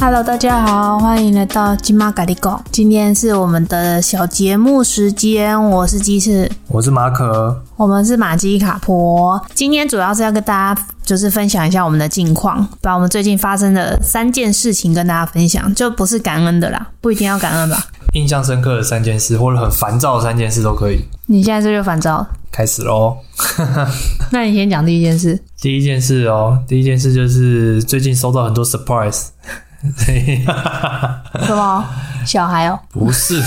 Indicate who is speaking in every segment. Speaker 1: Hello，大家好，欢迎来到金马咖喱狗。今天是我们的小节目时间，我是鸡翅，
Speaker 2: 我是马可，
Speaker 1: 我们是马基卡婆。今天主要是要跟大家就是分享一下我们的近况，把我们最近发生的三件事情跟大家分享，就不是感恩的啦，不一定要感恩吧。
Speaker 2: 印象深刻的三件事，或者很烦躁的三件事都可以。
Speaker 1: 你现在这就烦躁了，
Speaker 2: 开始 喽！
Speaker 1: 那你先讲第一件事。
Speaker 2: 第一件事哦，第一件事就是最近收到很多 surprise，所以
Speaker 1: 什么？小孩哦、
Speaker 2: 不是，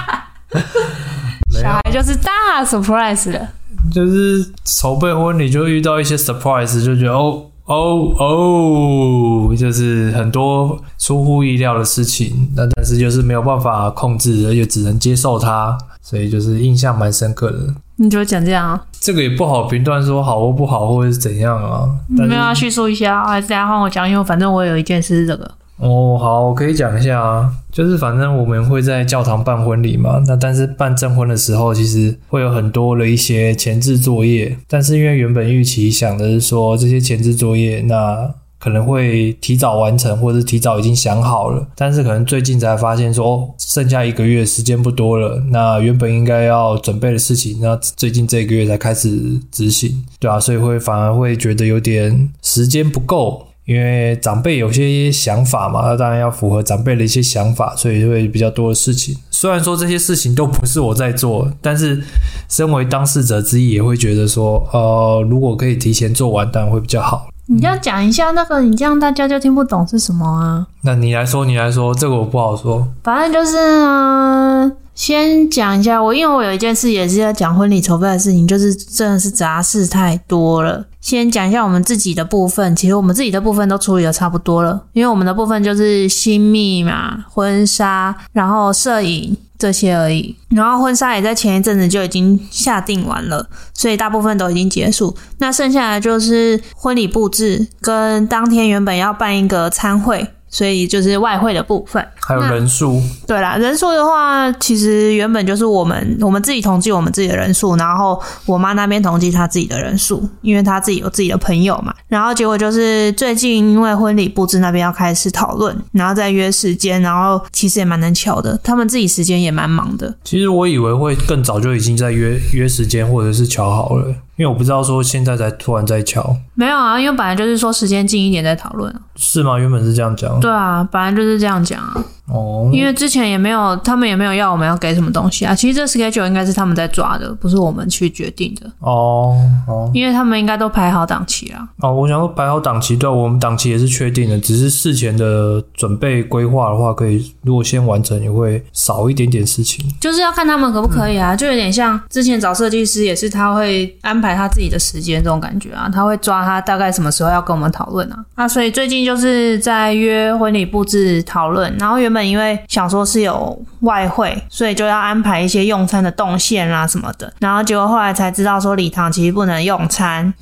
Speaker 2: 没
Speaker 1: 小
Speaker 2: 有，
Speaker 1: 孩就是大 surprise 了。
Speaker 2: 就是筹备婚礼就遇到一些 surprise，就觉得哦哦哦，就是很多出乎意料的事情，那但是就是没有办法控制的，也只能接受它，所以就是印象蛮深刻的。
Speaker 1: 你就讲这样啊？
Speaker 2: 这个也不好评断说好或不好，或者是怎样啊。但
Speaker 1: 没
Speaker 2: 是
Speaker 1: 有要叙述一下啊，还是大家换我讲，因为反正我有一件事是这个。
Speaker 2: 哦，好，我可以讲一下啊，就是反正我们会在教堂办婚礼嘛，那但是办证婚的时候，其实会有很多的一些前置作业，但是因为原本预期想的是说这些前置作业，那可能会提早完成，或者是提早已经想好了，但是可能最近才发现说，哦，剩下一个月时间不多了，那原本应该要准备的事情，那最近这个月才开始执行，对啊，所以会反而会觉得有点时间不够。因为长辈有些想法嘛，那当然要符合长辈的一些想法，所以会比较多的事情。虽然说这些事情都不是我在做，但是身为当事者之一，也会觉得说，呃，如果可以提前做完，当然会比较好。
Speaker 1: 你要讲一下那个，你这样大家就听不懂是什么啊。
Speaker 2: 那你来说，你来说，这个我不好说。
Speaker 1: 反正就是呢，先讲一下我，因为我有一件事也是要讲婚礼筹备的事情，就是真的是杂事太多了。先讲一下我们自己的部分，其实我们自己的部分都处理的差不多了，因为我们的部分就是新密嘛、婚纱，然后摄影这些而已。然后婚纱也在前一阵子就已经下定完了，所以大部分都已经结束。那剩下的就是婚礼布置跟当天原本要办一个餐会，所以就是外汇的部分。
Speaker 2: 还有
Speaker 1: 那
Speaker 2: 人数，
Speaker 1: 对啦，人数的话，其实原本就是我们我们自己统计我们自己的人数，然后我妈那边统计她自己的人数，因为她自己有自己的朋友嘛。然后结果就是最近因为婚礼布置那边要开始讨论，然后再约时间，然后其实也蛮难巧的，他们自己时间也蛮忙的。
Speaker 2: 其实我以为会更早就已经在约约时间，或者是瞧好了，因为我不知道说现在才突然在瞧，
Speaker 1: 没有啊，因为本来就是说时间近一点再讨论啊。
Speaker 2: 是吗？原本是这样讲。
Speaker 1: 对啊，本来就是这样讲啊，
Speaker 2: 哦，
Speaker 1: 因为之前也没有他们也没有要我们要给什么东西啊。其实这 schedule 应该是他们在抓的，不是我们去决定的，
Speaker 2: 哦，哦。
Speaker 1: 因为他们应该都排好档期了。
Speaker 2: 哦，我想说排好档期，对啊、我们档期也是确定的，只是事前的准备规划的话，可以如果先完成，也会少一点点事情。
Speaker 1: 就是要看他们可不可以啊，就有点像之前找设计师也是，他会安排他自己的时间这种感觉啊，他会抓他大概什么时候要跟我们讨论啊。啊，所以最近就是在约婚礼布置讨论，啊然后原本因为想说是有外汇，所以就要安排一些用餐的动线啊什么的，然后结果后来才知道说礼堂其实不能用餐，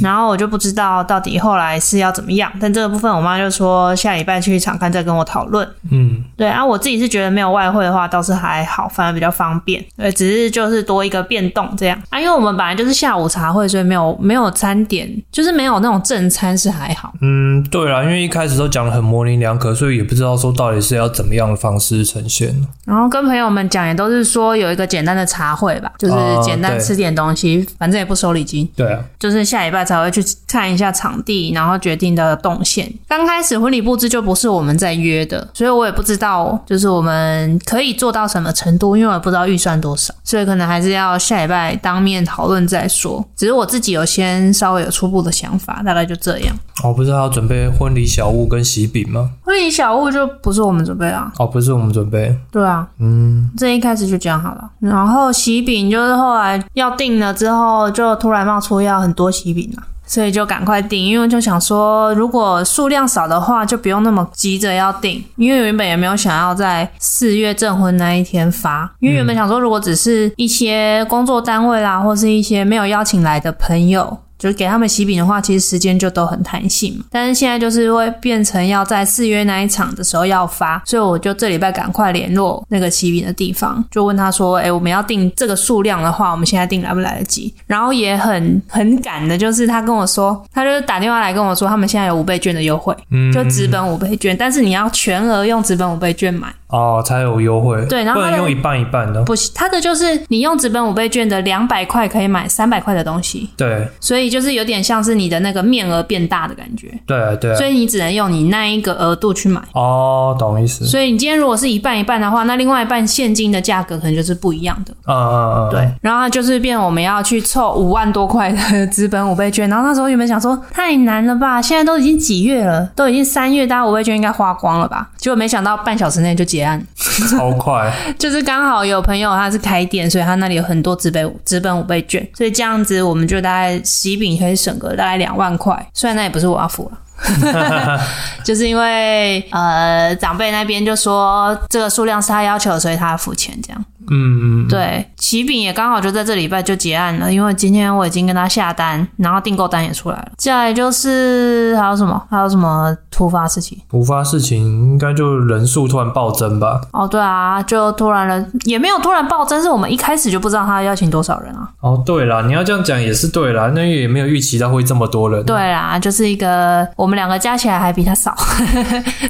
Speaker 1: 然后我就不知道到底后来是要怎么样，但这个部分我妈就说下礼拜去场看再跟我讨论。
Speaker 2: 嗯，
Speaker 1: 对啊，我自己是觉得没有外汇的话倒是还好，反而比较方便。对，只是就是多一个变动这样啊，因为我们本来就是下午茶会，所以没有没有餐点，就是没有那种正餐是还好。
Speaker 2: 嗯，对啦，因为一开始都讲的很模棱两可，所以也不知道说到底是要怎么样的方式呈现。
Speaker 1: 然后跟朋友们讲也都是说有一个简单的茶会吧，就是
Speaker 2: 哦
Speaker 1: 简单
Speaker 2: 对
Speaker 1: 吃点东西，反正也不收礼金。
Speaker 2: 对啊，
Speaker 1: 就是下礼拜才会去看一下场地，然后决定的动线。刚开始婚礼布置就不是我们在约的，所以我也不知道就是我们可以做到什么程度，因为我也不知道预算多少，所以可能还是要下礼拜当面讨论再说。只是我自己有先稍微有初步的想法，大概就这样。
Speaker 2: 哦，不是还要准备婚礼小物跟喜饼吗？
Speaker 1: 婚礼小物就不是我们准备啊，
Speaker 2: 哦，不是我们准备，
Speaker 1: 对啊，
Speaker 2: 嗯，
Speaker 1: 这一开始就讲好了。然后喜饼就是后来要定了之后，就突然冒出要很多喜饼了。所以就赶快订，因为就想说，如果数量少的话，就不用那么急着要订，因为原本也没有想要在四月证婚那一天发，因为原本想说，如果只是一些工作单位啦，或是一些没有邀请来的朋友，就是给他们喜饼的话，其实时间就都很弹性嘛。但是现在就是会变成要在四月那一场的时候要发，所以我就这礼拜赶快联络那个喜饼的地方，就问他说：“哎、我们要订这个数量的话，我们现在订来不来得及？”然后也很很赶的，就是他跟我说，他就是打电话来跟我说，他们现在有五倍券的优惠，
Speaker 2: 嗯，
Speaker 1: 就纸本五倍券，但是你要全额用纸本五倍券买。
Speaker 2: 哦才有优惠，
Speaker 1: 对然后
Speaker 2: 不
Speaker 1: 它
Speaker 2: 能
Speaker 1: 的
Speaker 2: 用一半一半的，
Speaker 1: 不行，它的就是你用纸本五倍券的两百块可以买三百块的东西，
Speaker 2: 对
Speaker 1: 所以就是有点像是你的那个面额变大的感觉，
Speaker 2: 对啊对啊，
Speaker 1: 所以你只能用你那一个额度去买。
Speaker 2: 哦，懂意思，
Speaker 1: 所以你今天如果是一半一半的话，那另外一半现金的价格可能就是不一样的。
Speaker 2: 嗯嗯嗯，
Speaker 1: 对，，然后它就是变我们要去凑五万多块的资本五倍券，然后那时候原本想说太难了吧，现在都已经几月了，都已经三月，大家五倍券应该花光了吧？结果没想到半小时内就结案，
Speaker 2: 超 快，
Speaker 1: 就是刚好有朋友他是开店，所以他那里有很多资本资本五倍券，所以这样子我们就大概喜饼可以省个大概两万块，虽然那也不是我要付了。 就是因为呃长辈那边就说这个数量是他要求的，所以他要付钱这样。
Speaker 2: 嗯，嗯，
Speaker 1: 对，喜饼也刚好就在这礼拜就结案了，因为今天我已经跟他下单，然后订购单也出来了。接下来就是还有什么还有什么突发事情？
Speaker 2: 突发事情应该就人数突然暴增吧？
Speaker 1: 哦，对啊，就突然了，也没有突然暴增，是我们一开始就不知道他邀请多少人啊。
Speaker 2: 哦，对啦，你要这样讲也是对啦，那也没有预期到会这么多人，
Speaker 1: 对啦，就是一个我们两个加起来还比他少。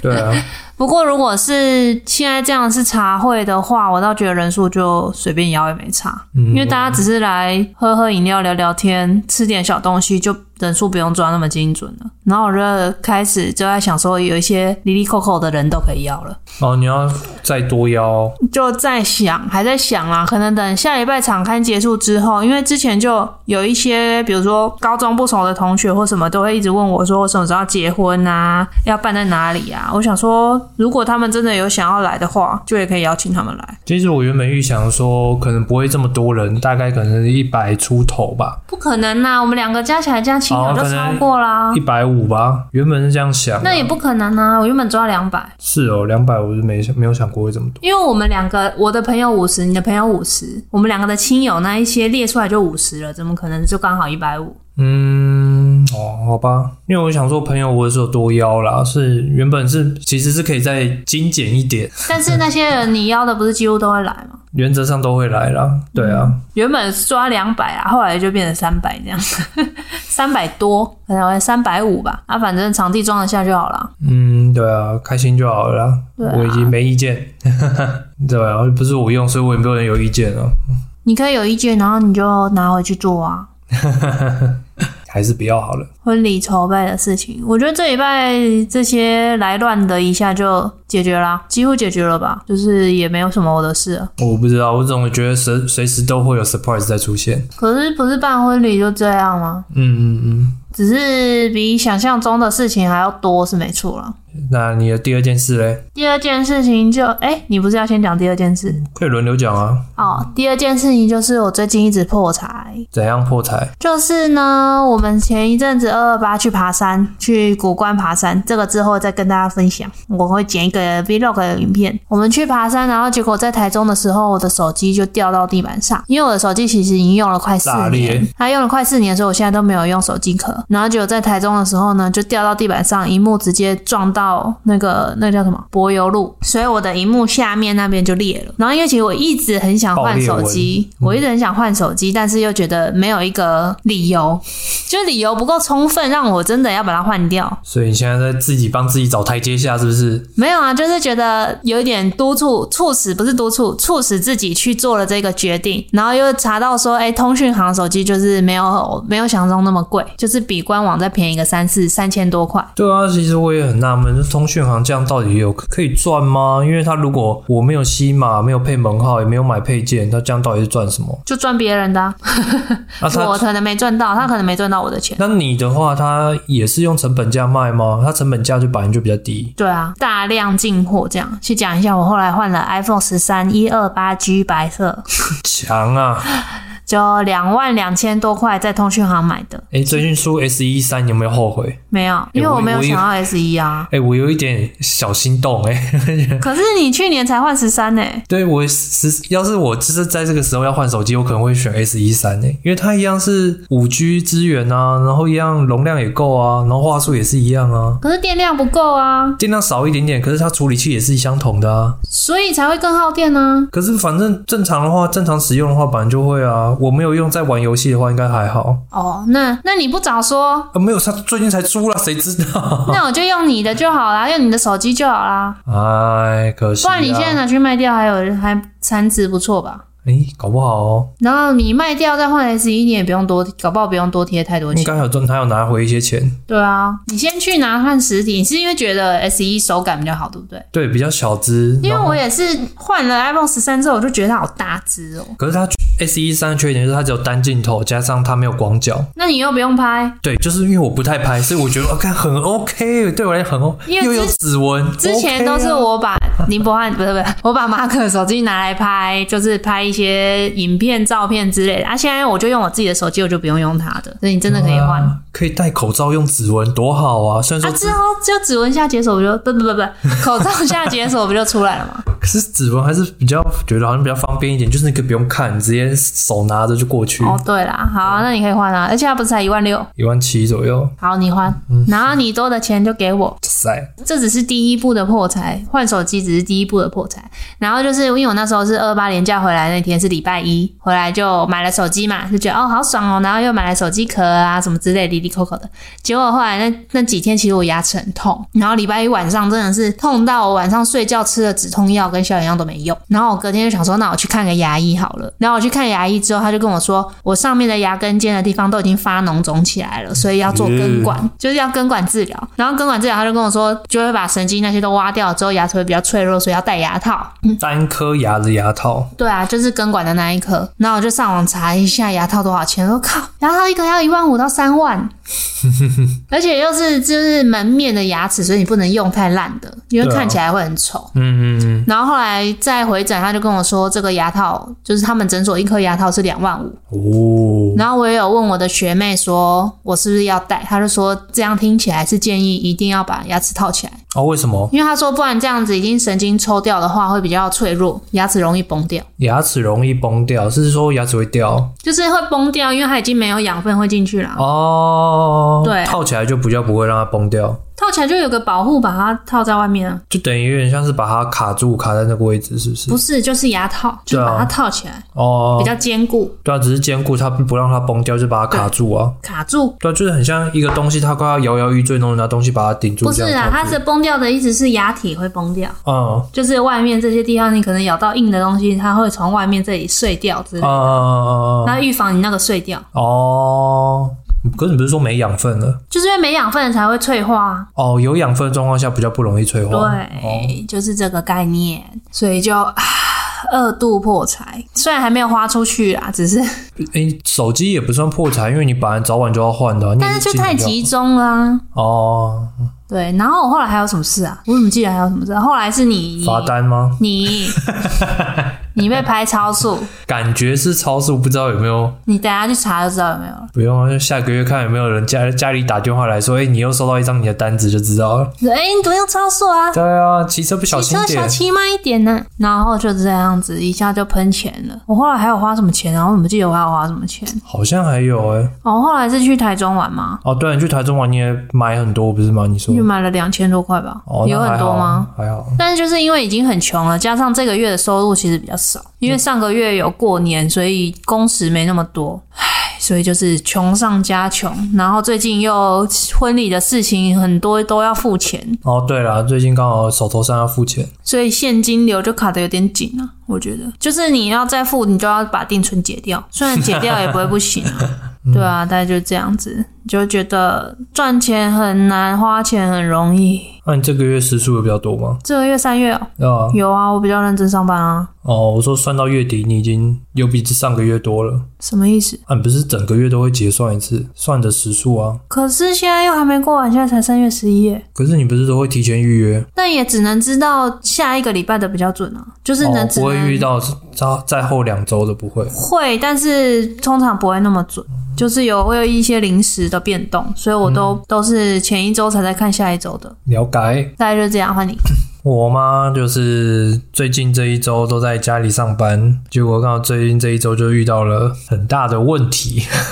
Speaker 2: 对啊，
Speaker 1: 不过如果是现在这样是茶会的话，我倒觉得人数就随便邀也没差，
Speaker 2: 嗯
Speaker 1: 因为大家只是来喝喝饮料、聊聊天、吃点小东西，就人数不用抓那么精准了。然后我就开始就在想说，有一些离离扣扣的人都可以邀了。
Speaker 2: 哦，你要再多邀，
Speaker 1: 就在想，还在想啦，可能等下礼拜场刊结束之后，因为之前就有一些，比如说高中不熟的同学或什么，都会一直问我说，我什么时候要结婚啊，要办在哪里啊？我想说，如果他们真的有想要来的话，就也可以邀请他们来。
Speaker 2: 其实我原本预想说可能不会这么多人，大概可能一百出头吧，
Speaker 1: 不可能呐、我们两个加起来加亲友
Speaker 2: 哦
Speaker 1: 就
Speaker 2: 可
Speaker 1: 超
Speaker 2: 能
Speaker 1: 过啦
Speaker 2: 一，百五吧，原本是这样想啊。
Speaker 1: 啊那也不可能啊，我原本抓两百。
Speaker 2: 是哦，两百我是没想没有想过会这么多。
Speaker 1: 因为我们两个，我的朋友五十，你的朋友五十，我们两个的亲友那一些列出来就五十了，怎么可能就刚好一百五？
Speaker 2: 嗯，哦，好吧，因为我想说朋友我是有多邀啦，是原本是其实是可以再精简一点，
Speaker 1: 但是那些人你邀的不是几乎都会来吗？
Speaker 2: 原则上都会来啦。对啊，
Speaker 1: 原本抓两百啊，后来就变成三百这样， 三百多，可能三百五吧。啊，反正场地装得下就好了。
Speaker 2: 嗯，对啊，开心就好了啦。
Speaker 1: 对啊
Speaker 2: 我已经没意见， 对啊，不是我用，所以我也没有人有意见啊，
Speaker 1: 你可以有意见，然后你就拿回去做啊。
Speaker 2: 还是不要好了。
Speaker 1: 婚礼筹备的事情，我觉得这礼拜这些来乱的一下就解决啦，几乎解决了吧，就是也没有什么我的事了。
Speaker 2: 我不知道，我总觉得随随时都会有 surprise 在出现。
Speaker 1: 可是不是办婚礼就这样吗？
Speaker 2: 嗯嗯嗯，
Speaker 1: 只是比想象中的事情还要多是没错啦。
Speaker 2: 那你的第二件事嘞，
Speaker 1: 第二件事情就，哎、你不是要先讲第二件事？
Speaker 2: 可以轮流讲啊，
Speaker 1: 哦，第二件事情就是我最近一直破财，
Speaker 2: 怎样破财？
Speaker 1: 就是呢，我们前一阵子二二八去爬山，去古关爬山，这个之后再跟大家分享，我会剪一个 vlog 的影片。我们去爬山，然后结果在台中的时候，我的手机就掉到地板上，因为我的手机其实已经用了快四
Speaker 2: 炸裂
Speaker 1: 年，它用了快四年，所以我现在都没有用手机壳。然后结果在台中的时候呢，就掉到地板上，荧幕直接撞到那个那叫什么柏油路，所以我的荧幕下面那边就裂了。然后因为其实我一直很想换手机，我一直很想换手机，但是又觉得没有一个理由， 就理由不够充分，让我真的要把它换掉。
Speaker 2: 所以你现在在自己帮自己找台阶下，是不是？
Speaker 1: 没有啊，就是觉得有一点督促、促使，不是督促，促使自己去做了这个决定，然后又查到说，哎，通讯行手机就是没有没有想象中那么贵，就是比官网再便宜个三四三千多块。
Speaker 2: 对啊，其实我也很纳闷，这通讯行这样到底有可以赚吗？因为他如果我没有吸码，没有配门号，也没有买配件，他这样到底是赚什么？
Speaker 1: 就赚别人的、啊，
Speaker 2: 那
Speaker 1: 我
Speaker 2: 他
Speaker 1: 可能没赚到，他可能没赚到我的钱。
Speaker 2: 那你的话，他也是用成本价卖吗？他成本价就本来就比较低。
Speaker 1: 对啊，大量进货这样。去讲一下，我后来换了 iPhone 十三一二八 G 白色，
Speaker 2: 强啊！
Speaker 1: 就两万两千多块在通讯行买的，
Speaker 2: 哎，最近出 S 一三有没有后悔？
Speaker 1: 没有，因为
Speaker 2: 我
Speaker 1: 我没有
Speaker 2: 我也
Speaker 1: 想要 S 一 啊。
Speaker 2: 哎，我有一点小心动哎、
Speaker 1: 可是你去年才换十三呢，
Speaker 2: 对我十，要是我就是在这个时候要换手机，我可能会选 S 一三诶，因为它一样是五 G 资源啊，然后一样容量也够啊，然后话术也是一样啊，
Speaker 1: 可是电量不够啊，
Speaker 2: 电量少一点点，可是它处理器也是相同的啊。
Speaker 1: 所以才会更耗电啊呢、
Speaker 2: 可是反正正常的话，正常使用的话，本来就会啊。我没有用在玩游戏的话，应该还好
Speaker 1: 啊。哦，那那你不早说，
Speaker 2: 啊。没有，它最近才出了，谁知道？
Speaker 1: 那我就用你的就好啦，用你的手机就好啦。
Speaker 2: 哎，可惜、
Speaker 1: 不
Speaker 2: 啊。
Speaker 1: 然你现在拿去卖掉，还有还残值不错吧？
Speaker 2: 哎，搞不好哦，
Speaker 1: 然后你卖掉再换 S 一，你也不用多，搞不好不用多贴太多
Speaker 2: 应
Speaker 1: 钱。
Speaker 2: 该还有赚，还有拿回一些钱。
Speaker 1: 对啊，你先去拿换实体，你是因为觉得 S 一手感比较好，对不对？
Speaker 2: 对，比较小资。
Speaker 1: 因为
Speaker 2: 然后
Speaker 1: 我也是换了 iPhone 十三之后，我就觉得它好大只哦。
Speaker 2: 可是它 S 一 E 三的缺点就是它只有单镜头，加上它没有广角。
Speaker 1: 那你又不用拍，
Speaker 2: 对，就是因为我不太拍，所以我觉得哦，看很 OK，对我来讲很 OK，
Speaker 1: 因为
Speaker 2: 又有
Speaker 1: 之
Speaker 2: 指纹。
Speaker 1: 之前都是
Speaker 2: OK 啊
Speaker 1: 我把林博翰不是不是，我把马可的手机拿来拍，就是拍一些影片、照片之类的。啊，现在我就用我自己的手机，我就不用用它的，所以你真的可以换。
Speaker 2: 啊可以戴口罩用指纹，多好啊！虽然
Speaker 1: 啊，
Speaker 2: 说
Speaker 1: 之后就指纹下解锁不就不不不不，口罩下解锁不就出来了吗？
Speaker 2: 可是指纹还是比较觉得好像比较方便一点，就是你可以不用看，你直接手拿着就过去，
Speaker 1: 哦，对啦，好啊，那你可以换啊，而且它不是才一万六，
Speaker 2: 一万七左右。
Speaker 1: 好，你换，然后你多的钱就给我，
Speaker 2: 塞，
Speaker 1: 这只是第一步的破财，换手机只是第一步的破财。然后就是因为我那时候是二八年假回来那天是礼拜一，回来就买了手机嘛，就觉得哦好爽哦，然后又买了手机壳啊什么之类，里里扣扣的。结果后来那那几天其实我牙齿很痛，然后礼拜一晚上真的是痛到我晚上睡觉吃了止痛药跟消炎药都没用。然后我隔天就想说，那我去看个牙医好了。然后我去看牙医之后，他就跟我说，我上面的牙根尖的地方都已经发脓肿起来了，所以要做根管，就是要根管治疗。然后根管治疗，他就跟我说，就会把神经那些都挖掉之后，牙齿会比较脆弱，所以要戴牙套。
Speaker 2: 单颗牙的牙套，
Speaker 1: 对啊，就是根管的那一颗。然后我就上网查一下牙套多少钱，我靠，牙套一颗要一万五到三 万，而且又是就是门面的牙齿，所以你不能用太烂的，因为
Speaker 2: 对啊
Speaker 1: 看起来会很丑。
Speaker 2: 嗯嗯嗯，
Speaker 1: 然后后来再回诊，他就跟我说，这个牙套就是他们诊所一颗牙套是两万五。
Speaker 2: 哦，
Speaker 1: 然后我也有问我的学妹说，我是不是要戴？她就说这样听起来是建议一定要把牙齿套起来，
Speaker 2: 哦，为什么
Speaker 1: 因为她说不然这样子已经神经抽掉的话会比较脆弱，牙齿容易崩掉。
Speaker 2: 牙齿容易崩掉？是说牙齿会掉？
Speaker 1: 就是会崩掉，因为它已经没有养分会进去了。
Speaker 2: 哦，
Speaker 1: 对
Speaker 2: 套起来就比较不会让它崩掉，
Speaker 1: 套起来就有个保护，把它套在外面啊。
Speaker 2: 就等于有点像是把它卡住，卡在那个位置，是不是？
Speaker 1: 不是，就是牙套，就是把它套起来，
Speaker 2: 啊哦
Speaker 1: 比，较坚固，
Speaker 2: 对啊，只是兼顾它不让它崩掉，就把它卡住啊。
Speaker 1: 卡住。
Speaker 2: 对啊，就是很像一个东西，它快要摇摇欲坠，然后拿东西把它顶住。
Speaker 1: 不是
Speaker 2: 这样
Speaker 1: 啊，
Speaker 2: 卡
Speaker 1: 它
Speaker 2: 住
Speaker 1: 是崩掉的意思是牙体会崩掉，
Speaker 2: 嗯
Speaker 1: 就是外面这些地方你可能咬到硬的东西，它会从外面这里碎掉之类
Speaker 2: 嗯哦
Speaker 1: 的，
Speaker 2: 啊
Speaker 1: 那预防你那个碎掉，
Speaker 2: 哦，可是你不是说没养分了？
Speaker 1: 就是因为没养分才会脆化啊。
Speaker 2: 哦，有养分的状况下比较不容易脆化。哦，
Speaker 1: 对，就是这个概念，所以就啊二度破财，虽然还没有花出去啊，只是
Speaker 2: 诶、手机也不算破财，因为你本来早晚就要换的啊、你也
Speaker 1: 但是就
Speaker 2: 进
Speaker 1: 太
Speaker 2: 不了
Speaker 1: 集中了啊、
Speaker 2: 哦，
Speaker 1: 对，然后我后来还有什么事啊？我怎么记得还有什么事、啊？后来是你
Speaker 2: 罚单吗？
Speaker 1: 你你被拍超速，
Speaker 2: 感觉是超速，不知道有没有？
Speaker 1: 你等一下去查就知道有没有了。
Speaker 2: 不用啊，就下个月看有没有人家家里打电话来说，哎、你又收到一张你的单子就知道了。
Speaker 1: 哎、你怎么又超速啊？
Speaker 2: 对啊，骑车不小
Speaker 1: 骑
Speaker 2: 心
Speaker 1: 车小
Speaker 2: 点。
Speaker 1: 骑慢一点呢、然后就这样子，一下就喷钱了。我后来还有花什么钱啊？我怎么记得我还有花什么钱？
Speaker 2: 好像还有哎、
Speaker 1: 哦，我后来是去台中玩吗？
Speaker 2: 哦，对，你去台中玩你也买很多不是吗？你说
Speaker 1: 就买了两千多块吧，
Speaker 2: 哦，那
Speaker 1: 有很
Speaker 2: 还
Speaker 1: 多
Speaker 2: 好
Speaker 1: 吗？？
Speaker 2: 还好，
Speaker 1: 但是就是因为已经很穷了，加上这个月的收入其实比较少，因为上个月有过年，所以工时没那么多，唉，所以就是穷上加穷。然后最近又婚礼的事情很多都要付钱，
Speaker 2: 哦，对了，最近刚好手头上要付钱，
Speaker 1: 所以现金流就卡的有点紧啊。我觉得，就是你要再付，你就要把定存解掉，虽然解掉也不会不行啊。对啊，大概就这样子。就觉得赚钱很难，花钱很容易。
Speaker 2: 那、你这个月时数有比较多吗？
Speaker 1: 这个月三月哦、
Speaker 2: 啊，
Speaker 1: 有啊，我比较认真上班啊。
Speaker 2: 哦，我说算到月底，你已经有比上个月多了。
Speaker 1: 什么意思？
Speaker 2: 啊，你不是整个月都会结算一次，算你的时数啊。
Speaker 1: 可是现在又还没过完，现在才三月十一耶，
Speaker 2: 可是你不是都会提前预约？
Speaker 1: 但也只能知道下一个礼拜的比较准啊，就是能
Speaker 2: 哦，
Speaker 1: 只
Speaker 2: 不
Speaker 1: 能、
Speaker 2: 会遇到在在后两周的不会。
Speaker 1: 会，但是通常不会那么准，就是有会有一些临时的变动，所以我都、
Speaker 2: 嗯
Speaker 1: 都是前一周才在看下一周的。
Speaker 2: 了解。
Speaker 1: 大概就这样，换你。
Speaker 2: 我妈就是最近这一周都在家里上班，结果刚好最近这一周就遇到了很大的问题。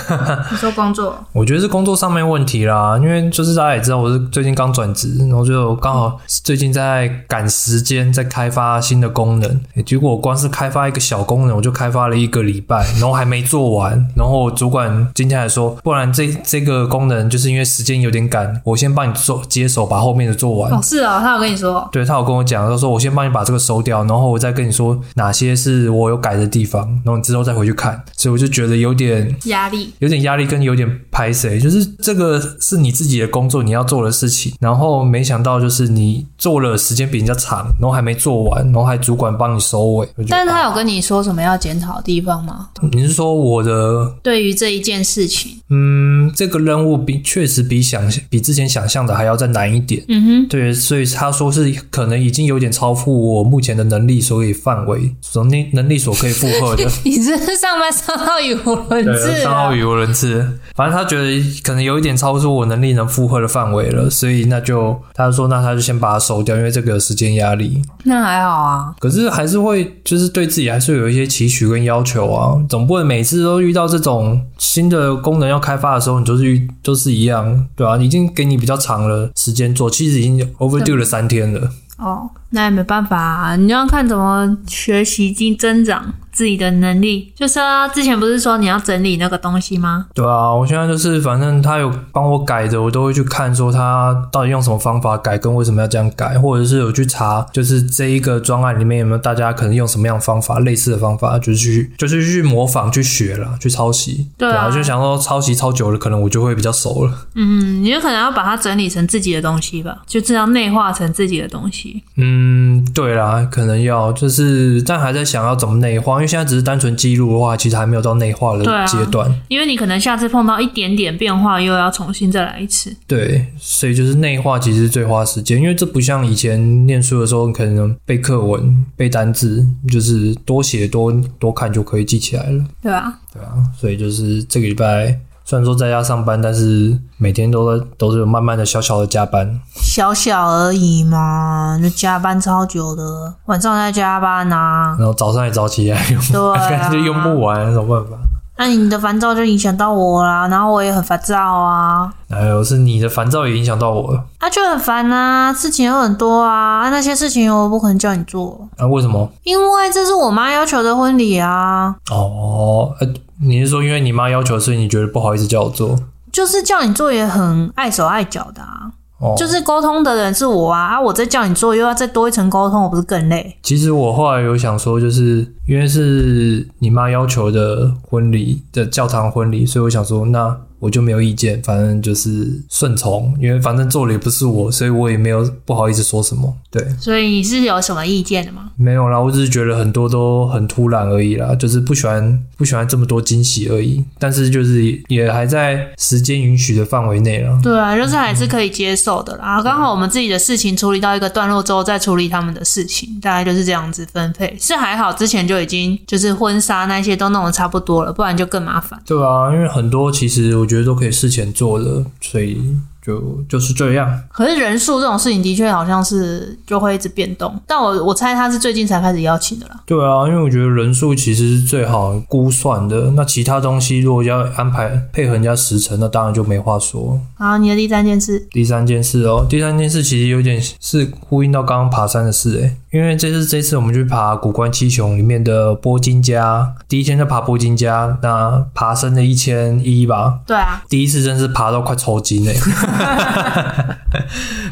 Speaker 1: 你说工作，
Speaker 2: 我觉得是工作上面问题啦，因为就是大家也知道，我是最近刚转职，然后就刚好最近在赶时间，在开发新的功能。诶结果我光是开发一个小功能，我就开发了一个礼拜，然后还没做完。然后我主管今天还说，不然这这个功能就是因为时间有点赶，我先帮你做接手，把后面的做完。
Speaker 1: 哦，是啊、哦，他有跟你说，
Speaker 2: 对他有跟我讲，他说我先帮你把这个收掉，然后我再跟你说哪些是我有改的地方，然后你之后再回去看。所以我就觉得有点
Speaker 1: 压力，
Speaker 2: 有点压力跟有点拍谁，就是这个是你自己的工作，你要做的事情，然后没想到就是你做了时间比人家长，然后还没做完，然后还主管帮你收尾。我觉得啊
Speaker 1: 但是他有跟你说什么要检讨的地方吗？
Speaker 2: 你是说我的
Speaker 1: 对于这一件事情，
Speaker 2: 嗯，这个任务比确实比想比之前想象的还要再难一点。
Speaker 1: 嗯哼，
Speaker 2: 对，所以他说是可能已经有点超乎我目前的能力所以范围，所能能力所可以负荷的。
Speaker 1: 你是不是上班上到语无伦
Speaker 2: 对，
Speaker 1: 次啊
Speaker 2: 上到
Speaker 1: 了，
Speaker 2: 语无伦次。反正他觉得可能有一点超出我能力能负荷的范围了，所以那就他说那他就先把它收掉，因为这个有时间压力。
Speaker 1: 那还好啊。
Speaker 2: 可是还是会就是对自己还是有一些期许跟要求啊，总不能每次都遇到这种新的功能要开发的时候，你就是遇都是一样，对啊，已经给你比较长了时间做，其实已经 overdue 了三天了。
Speaker 1: 哦，那也没办法、啊，你要看怎么学习及增长自己的能力。就是啊，之前不是说你要整理那个东西吗？
Speaker 2: 对啊，我现在就是反正他有帮我改的，我都会去看说他到底用什么方法改，跟为什么要这样改，或者是有去查，就是这一个专案里面有没有大家可能用什么样的方法，类似的方法，就是去就是去模仿、去学啦，去抄袭。
Speaker 1: 对啊
Speaker 2: 就想说抄袭抄久了，可能我就会比较熟了。
Speaker 1: 嗯，你就可能要把它整理成自己的东西吧，就这样内化成自己的东西。
Speaker 2: 嗯，对啦，可能要就是，但还在想要怎么内化，因为现在只是单纯记录的话，其实还没有到内化的
Speaker 1: 对啊
Speaker 2: 阶段。
Speaker 1: 因为你可能下次碰到一点点变化，又要重新再来一次。
Speaker 2: 对，所以就是内化其实最花时间，因为这不像以前念书的时候，可能背课文、背单字，就是多写多多看就可以记起来了，
Speaker 1: 对啊，
Speaker 2: 对啊，所以就是这个礼拜虽然说在家上班，但是每天都在都是有慢慢的小小的加班，
Speaker 1: 小小而已嘛，就加班超久的，晚上再加班啊。
Speaker 2: 然后早上也早起来用，
Speaker 1: 对 啊
Speaker 2: 但是用不完，有什么办法？
Speaker 1: 那你的烦躁就影响到我啦，然后我也很烦躁啊，
Speaker 2: 哎呦，是你的烦躁也影响到我了
Speaker 1: 啊就很烦啊，事情有很多啊，啊那些事情我不可能叫你做，
Speaker 2: 啊？为什么？
Speaker 1: 因为这是我妈要求的婚礼啊，
Speaker 2: 哦，呃，你是说因为你妈要求，所以你觉得不好意思叫我做？
Speaker 1: 就是叫你做也很碍手碍脚的啊，
Speaker 2: 哦，
Speaker 1: 就是沟通的人是我啊，啊我再叫你做又要再多一层沟通，我不是更累？
Speaker 2: 其实我后来有想说，就是因为是你妈要求的婚礼的教堂婚礼，所以我想说，那我就没有意见，反正就是顺从，因为反正做了也不是我，所以我也没有不好意思说什么。对，
Speaker 1: 所以你是有什么意见的吗？
Speaker 2: 没有啦，我只是觉得很多都很突然而已啦，就是不喜欢不喜欢这么多惊喜而已，但是就是也还在时间允许的范围内啦。
Speaker 1: 对啊，就是还是可以接受的啦。啊刚好我们自己的事情处理到一个段落之后，再处理他们的事情，大概就是这样子分配。是还好，之前就已经就是婚纱那些都弄得差不多了，不然就更麻烦。
Speaker 2: 对啊，因为很多其实我觉得都可以事前做的，所以就就是这样。
Speaker 1: 可是人数这种事情的确好像是就会一直变动，但我我猜他是最近才开始邀请的啦。
Speaker 2: 对啊，因为我觉得人数其实是最好估算的。那其他东西如果要安排配合人家时辰，那当然就没话说。
Speaker 1: 好，啊你的第三件事，
Speaker 2: 第三件事哦，第三件事其实有点是呼应到刚刚爬山的事诶，因为这次这次我们去爬古关七雄里面的波金家，第一天就爬波金家，那爬升了一千一吧。
Speaker 1: 对啊，
Speaker 2: 第一次真是爬到快抽筋哎、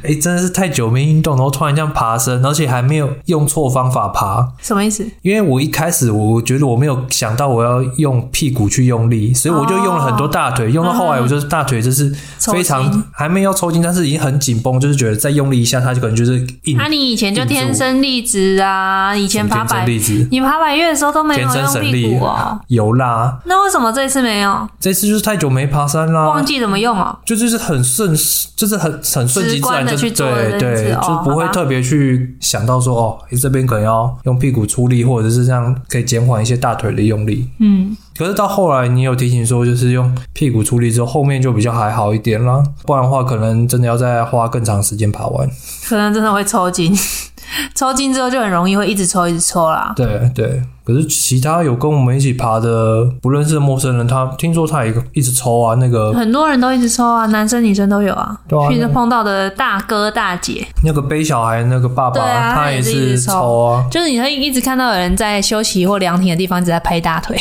Speaker 2: 哎、真的是太久没运动，然后突然这样爬升，而且还没有用错方法爬。
Speaker 1: 什么意思？
Speaker 2: 因为我一开始我觉得我没有想到我要用屁股去用力，所以我就用了很多大腿，用到后来我就是大腿就是非
Speaker 1: 抽筋
Speaker 2: 常还没有抽筋，但是已经很紧绷，就是觉得再用力一下，它就可能就是硬
Speaker 1: 那、啊你以前就
Speaker 2: 硬住
Speaker 1: 天生丽质啊，
Speaker 2: 嗯
Speaker 1: 以前爬
Speaker 2: 天生
Speaker 1: 百，
Speaker 2: 丽质，
Speaker 1: 你爬百越的时候都没有
Speaker 2: 天生
Speaker 1: 用
Speaker 2: 神
Speaker 1: 屁
Speaker 2: 力
Speaker 1: 股哦，，
Speaker 2: 有啦。
Speaker 1: 那为什么这次没有？
Speaker 2: 这次就是太久没爬山啦，
Speaker 1: 忘记怎么用哦。
Speaker 2: 就就是很顺，就是很很顺其
Speaker 1: 直
Speaker 2: 自
Speaker 1: 观
Speaker 2: 然
Speaker 1: 地
Speaker 2: 就
Speaker 1: 去做
Speaker 2: 对
Speaker 1: 的这件
Speaker 2: 对，
Speaker 1: 事哦
Speaker 2: 就不会
Speaker 1: 好吧
Speaker 2: 特别去想到说哦，诶这边可能要用屁股出力，或者是这样可以减缓一些大腿的用力。
Speaker 1: 嗯，
Speaker 2: 可是到后来，你有提醒说，就是用屁股出力之后，后面就比较还好一点啦。不然的话，可能真的要再花更长时间爬完。
Speaker 1: 可能真的会抽筋， 抽筋之后就很容易会一直抽一直抽啦。
Speaker 2: 对对，可是其他有跟我们一起爬的不认识的陌生人，他听说他也一直抽啊，那 个
Speaker 1: 很多人都一直抽啊，男生女生都有啊。
Speaker 2: 对啊
Speaker 1: 平时碰到的大哥大姐，
Speaker 2: 那个背小孩那个爸爸，
Speaker 1: 对啊
Speaker 2: 他
Speaker 1: 他
Speaker 2: 也
Speaker 1: 也是一
Speaker 2: 是
Speaker 1: 直抽
Speaker 2: 抽啊。
Speaker 1: 就是你会一直看到有人在休息或凉亭的地方一直在拍大腿，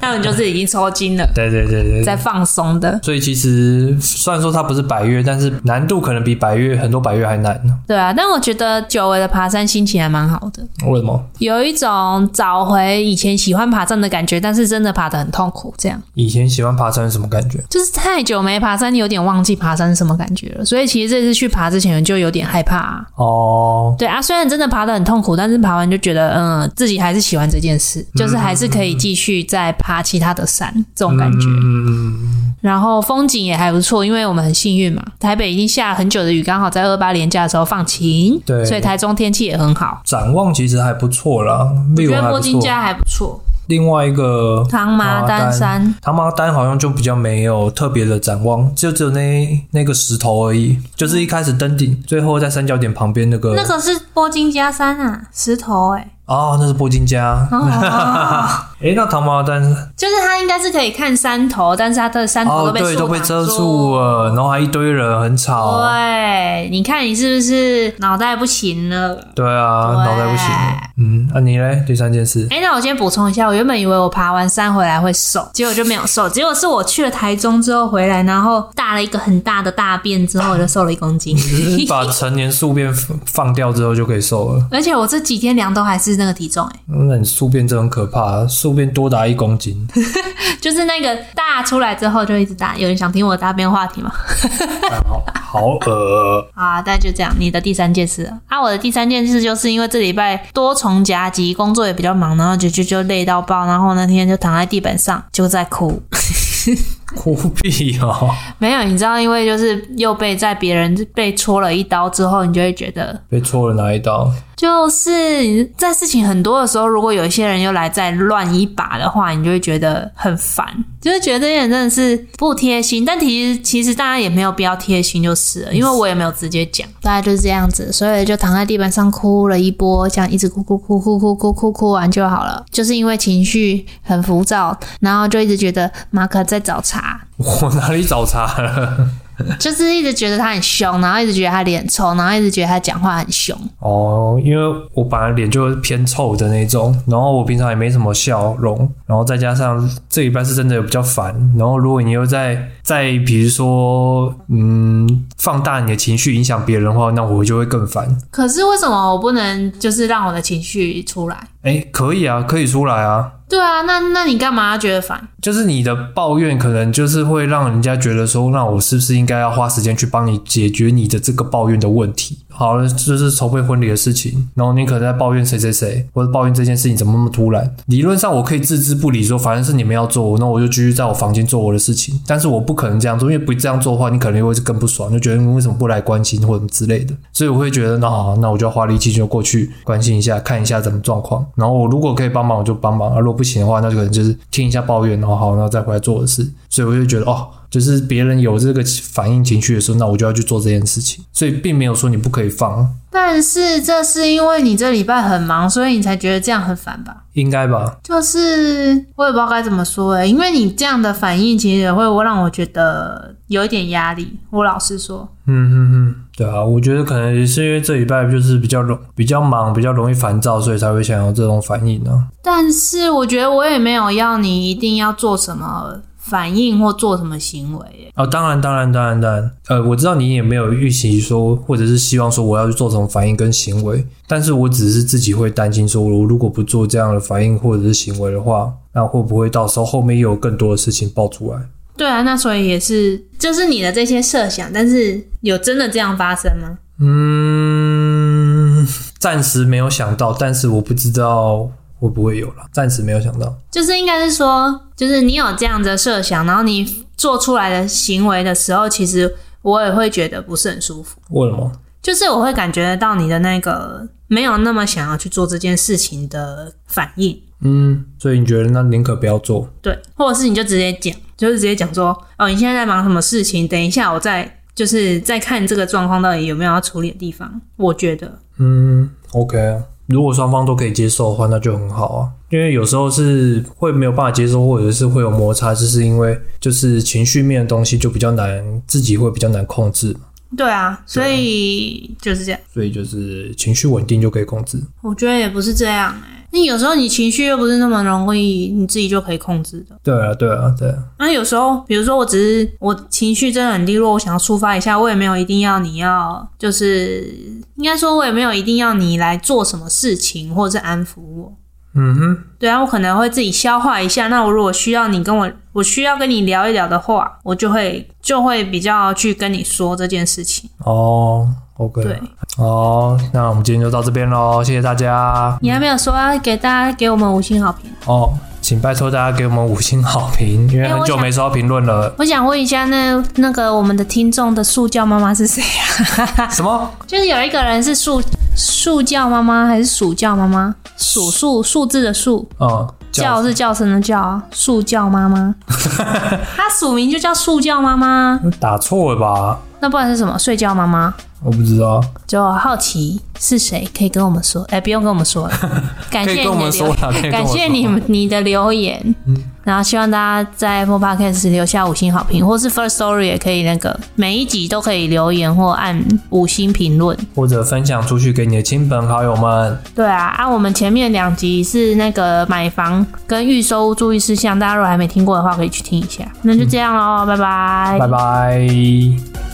Speaker 1: 那你就是已经抽筋了，
Speaker 2: 对对对对，
Speaker 1: 在放松的。
Speaker 2: 所以其实虽然说它不是百越，但是难度可能比百越很多百越还难呢。
Speaker 1: 对啊，但我觉得久违的爬山心情还蛮好的，
Speaker 2: 为什么？
Speaker 1: 有一种找回以前喜欢爬山的感觉，但是真的爬得很痛苦，这样。
Speaker 2: 以前喜欢爬山是什么感觉？
Speaker 1: 就是太久没爬山，你有点忘记爬山是什么感觉了。所以其实这次去爬之前就有点害怕、啊。
Speaker 2: 哦，
Speaker 1: 对啊，虽然真的爬得很痛苦，但是爬完就觉得，嗯，自己还是喜欢这件事，就是还是可以继续再爬其他的山这种感觉。
Speaker 2: 嗯，
Speaker 1: 然后风景也还不错，因为我们很幸运嘛，台北已经下了很久的雨，刚好在二八连假的时候放晴，
Speaker 2: 对
Speaker 1: 所以台中天气也很好，
Speaker 2: 展望其实还不错啦，
Speaker 1: 我
Speaker 2: 例
Speaker 1: 觉
Speaker 2: 如
Speaker 1: 得
Speaker 2: 还
Speaker 1: 波
Speaker 2: 不
Speaker 1: 金
Speaker 2: 错。
Speaker 1: 家还不错，
Speaker 2: 另外一个
Speaker 1: 唐麻丹山。
Speaker 2: 唐麻丹好像就比较没有特别的展望，就只有那那个石头而已，就是一开始登顶，最后在三角点旁边那个
Speaker 1: 那个是波金家山啊，石头哎、
Speaker 2: 哦，那是铂金家。
Speaker 1: 哦，
Speaker 2: 诶，那唐麻丹
Speaker 1: 就是它应该是可以看山头，但是它的山头
Speaker 2: 哦，
Speaker 1: 都被
Speaker 2: 对，
Speaker 1: 树
Speaker 2: 都被
Speaker 1: 挡
Speaker 2: 遮住了，然后还一堆人，很吵。
Speaker 1: 对，你看你是不是脑袋不行了？
Speaker 2: 对啊，
Speaker 1: 对
Speaker 2: 脑袋不行了。嗯，啊你嘞？第三件 事，
Speaker 1: 哎，那我先补充一下，我原本以为我爬完山回来会瘦，结果就没有瘦，结果是我去了台中之后回来，然后大了一个很大的大便之后，我就瘦了一公斤。
Speaker 2: 就是把成年宿便放放掉之后就可以瘦了。
Speaker 1: 而且我这几天量都还是那个体重、哎，
Speaker 2: 那你宿便真的很可怕，宿便多达一公斤。
Speaker 1: 就是那个大出来之后就一直大。有人想听我的大便话题吗？
Speaker 2: 啊好好呃恶
Speaker 1: 好啊，大概就这样。你的第三件事啊，啊我的第三件事就是因为这礼拜多重夹击，工作也比较忙，然后就就就累到爆，然后那天就躺在地板上就在哭。
Speaker 2: 哭屁哦！
Speaker 1: 没有，你知道，因为就是又被在别人被戳了一刀之后，你就会觉得，
Speaker 2: 被戳了哪一刀？
Speaker 1: 就是在事情很多的时候，如果有一些人又来再乱一把的话，你就会觉得很烦，就会觉得这些人真的是不贴心。但其实其实大家也没有必要贴心就是了，因为我也没有直接讲，大概就是这样子，所以就躺在地板上哭了一波，这样一直哭哭哭哭哭哭哭哭完就好了。就是因为情绪很浮躁，然后就一直觉得马可在找茬，
Speaker 2: 我哪里找茬了？
Speaker 1: 就是一直觉得他很凶，然后一直觉得他脸臭，然后一直觉得他讲话很凶。
Speaker 2: 哦，因为我本来脸就偏臭的那种，然后我平常也没什么笑容，然后再加上这礼拜是真的比较烦，然后如果你又在在比如说嗯放大你的情绪影响别人的话，那我就会更烦。
Speaker 1: 可是为什么我不能就是让我的情绪出来？
Speaker 2: 哎，可以啊，可以出来啊，
Speaker 1: 对啊，那那你干嘛觉得烦？
Speaker 2: 就是你的抱怨可能就是会让人家觉得说，那我是不是应该要花时间去帮你解决你的这个抱怨的问题？好了，就是筹备婚礼的事情，然后你可能在抱怨谁谁谁，或者抱怨这件事情怎么那么突然。理论上我可以置之不理说反正是你们要做，那我就继续在我房间做我的事情。但是我不可能这样做，因为不这样做的话，你可能会更不爽，就觉得你为什么不来关心或者之类的。所以我会觉得，那好，那我就要花力气就过去关心一下，看一下怎么状况。然后我如果可以帮忙，我就帮忙；啊，如果不行的话，那就可能就是听一下抱怨，然后好，然后再回来做我的事。所以我就觉得，哦，就是别人有这个反应情绪的时候，那我就要去做这件事情。所以并没有说你不可以放，
Speaker 1: 但是这是因为你这礼拜很忙，所以你才觉得这样很烦吧？
Speaker 2: 应该吧？
Speaker 1: 就是我也不知道该怎么说诶、因为你这样的反应其实也会让我觉得有一点压力。我老实说，
Speaker 2: 嗯嗯嗯，对啊，我觉得可能也是因为这礼拜就是比较容比较忙，比较容易烦躁，所以才会想要这种反应呢、啊
Speaker 1: 但是我觉得我也没有要你一定要做什么反应或做什么行为耶。
Speaker 2: 哦，当然，当然，当然，当然。呃，我知道你也没有预期说，或者是希望说我要去做什么反应跟行为，但是我只是自己会担心说，我如果不做这样的反应或者是行为的话，那会不会到时候后面又有更多的事情爆出来？
Speaker 1: 对啊，那所以也是，就是你的这些设想，但是有真的这样发生吗？
Speaker 2: 嗯，暂时没有想到，但是我不知道会不会有了，暂时没有想到。
Speaker 1: 就是应该是说，就是你有这样的设想，然后你做出来的行为的时候，其实我也会觉得不是很舒服，
Speaker 2: 为什么？
Speaker 1: 就是我会感觉得到你的那个没有那么想要去做这件事情的反应。
Speaker 2: 嗯，所以你觉得那宁可不要做？
Speaker 1: 对，或者是你就直接讲，就是直接讲说，哦，你现在在忙什么事情？等一下我再就是再看这个状况到底有没有要处理的地方。我觉得，
Speaker 2: 嗯，OK 啊。如果双方都可以接受的话，那就很好啊。因为有时候是会没有办法接受，或者是会有摩擦，就是因为就是情绪面的东西就比较难，自己会比较难控制嘛。
Speaker 1: 对啊，所以就是这样。
Speaker 2: 所以就是情绪稳定就可以控制。
Speaker 1: 我觉得也不是这样哎、那有时候你情绪又不是那么容易你自己就可以控制的。
Speaker 2: 对啊，对啊，对啊。
Speaker 1: 那有时候，比如说我只是我情绪真的很低落，我想要抒发一下，我也没有一定要你要，就是应该说我也没有一定要你来做什么事情或者是安抚我。
Speaker 2: 嗯哼，
Speaker 1: 对啊，我可能会自己消化一下。那我如果需要你跟我，我需要跟你聊一聊的话，我就会就会比较去跟你说这件事情。
Speaker 2: 哦，OK，
Speaker 1: 对，
Speaker 2: 哦，那我们今天就到这边喽，谢谢大家。
Speaker 1: 你还没有说要给大家给我们五星好评。
Speaker 2: 哦，请拜托大家给我们五星好评，因为
Speaker 1: 哎我
Speaker 2: 很久
Speaker 1: 想
Speaker 2: 没收到评论了。
Speaker 1: 我想问一下那，那个我们的听众的塑胶妈妈是谁啊？
Speaker 2: 什么？
Speaker 1: 就是有一个人是塑塑胶妈妈还是暑教妈妈？数数数字的数，
Speaker 2: 嗯，
Speaker 1: 教
Speaker 2: 叫
Speaker 1: 是叫声的教啊，塑胶妈 妈。她署名就叫塑胶妈妈，
Speaker 2: 打错了吧？
Speaker 1: 那不然是什么？睡觉妈妈？
Speaker 2: 我不知道。
Speaker 1: 就好奇是谁，可以跟我们说。哎、不用跟我们说 了，感
Speaker 2: 可
Speaker 1: 谢
Speaker 2: 以
Speaker 1: 你
Speaker 2: 跟我
Speaker 1: 的
Speaker 2: 们说
Speaker 1: 留，
Speaker 2: 嗯啦，可 以跟我
Speaker 1: 感
Speaker 2: 说
Speaker 1: 谢你们你的留言。然后希望大家在 Apple Podcast 留下五星好评，或是 First Story 也可以那个每一集都可以留言或按五星评论。
Speaker 2: 或者分享出去给你的亲朋好友们。
Speaker 1: 对啊，按、我们前面两集是那个买房跟预收注意事项，大家如果还没听过的话，可以去听一下。那就这样喽，拜拜
Speaker 2: 拜拜。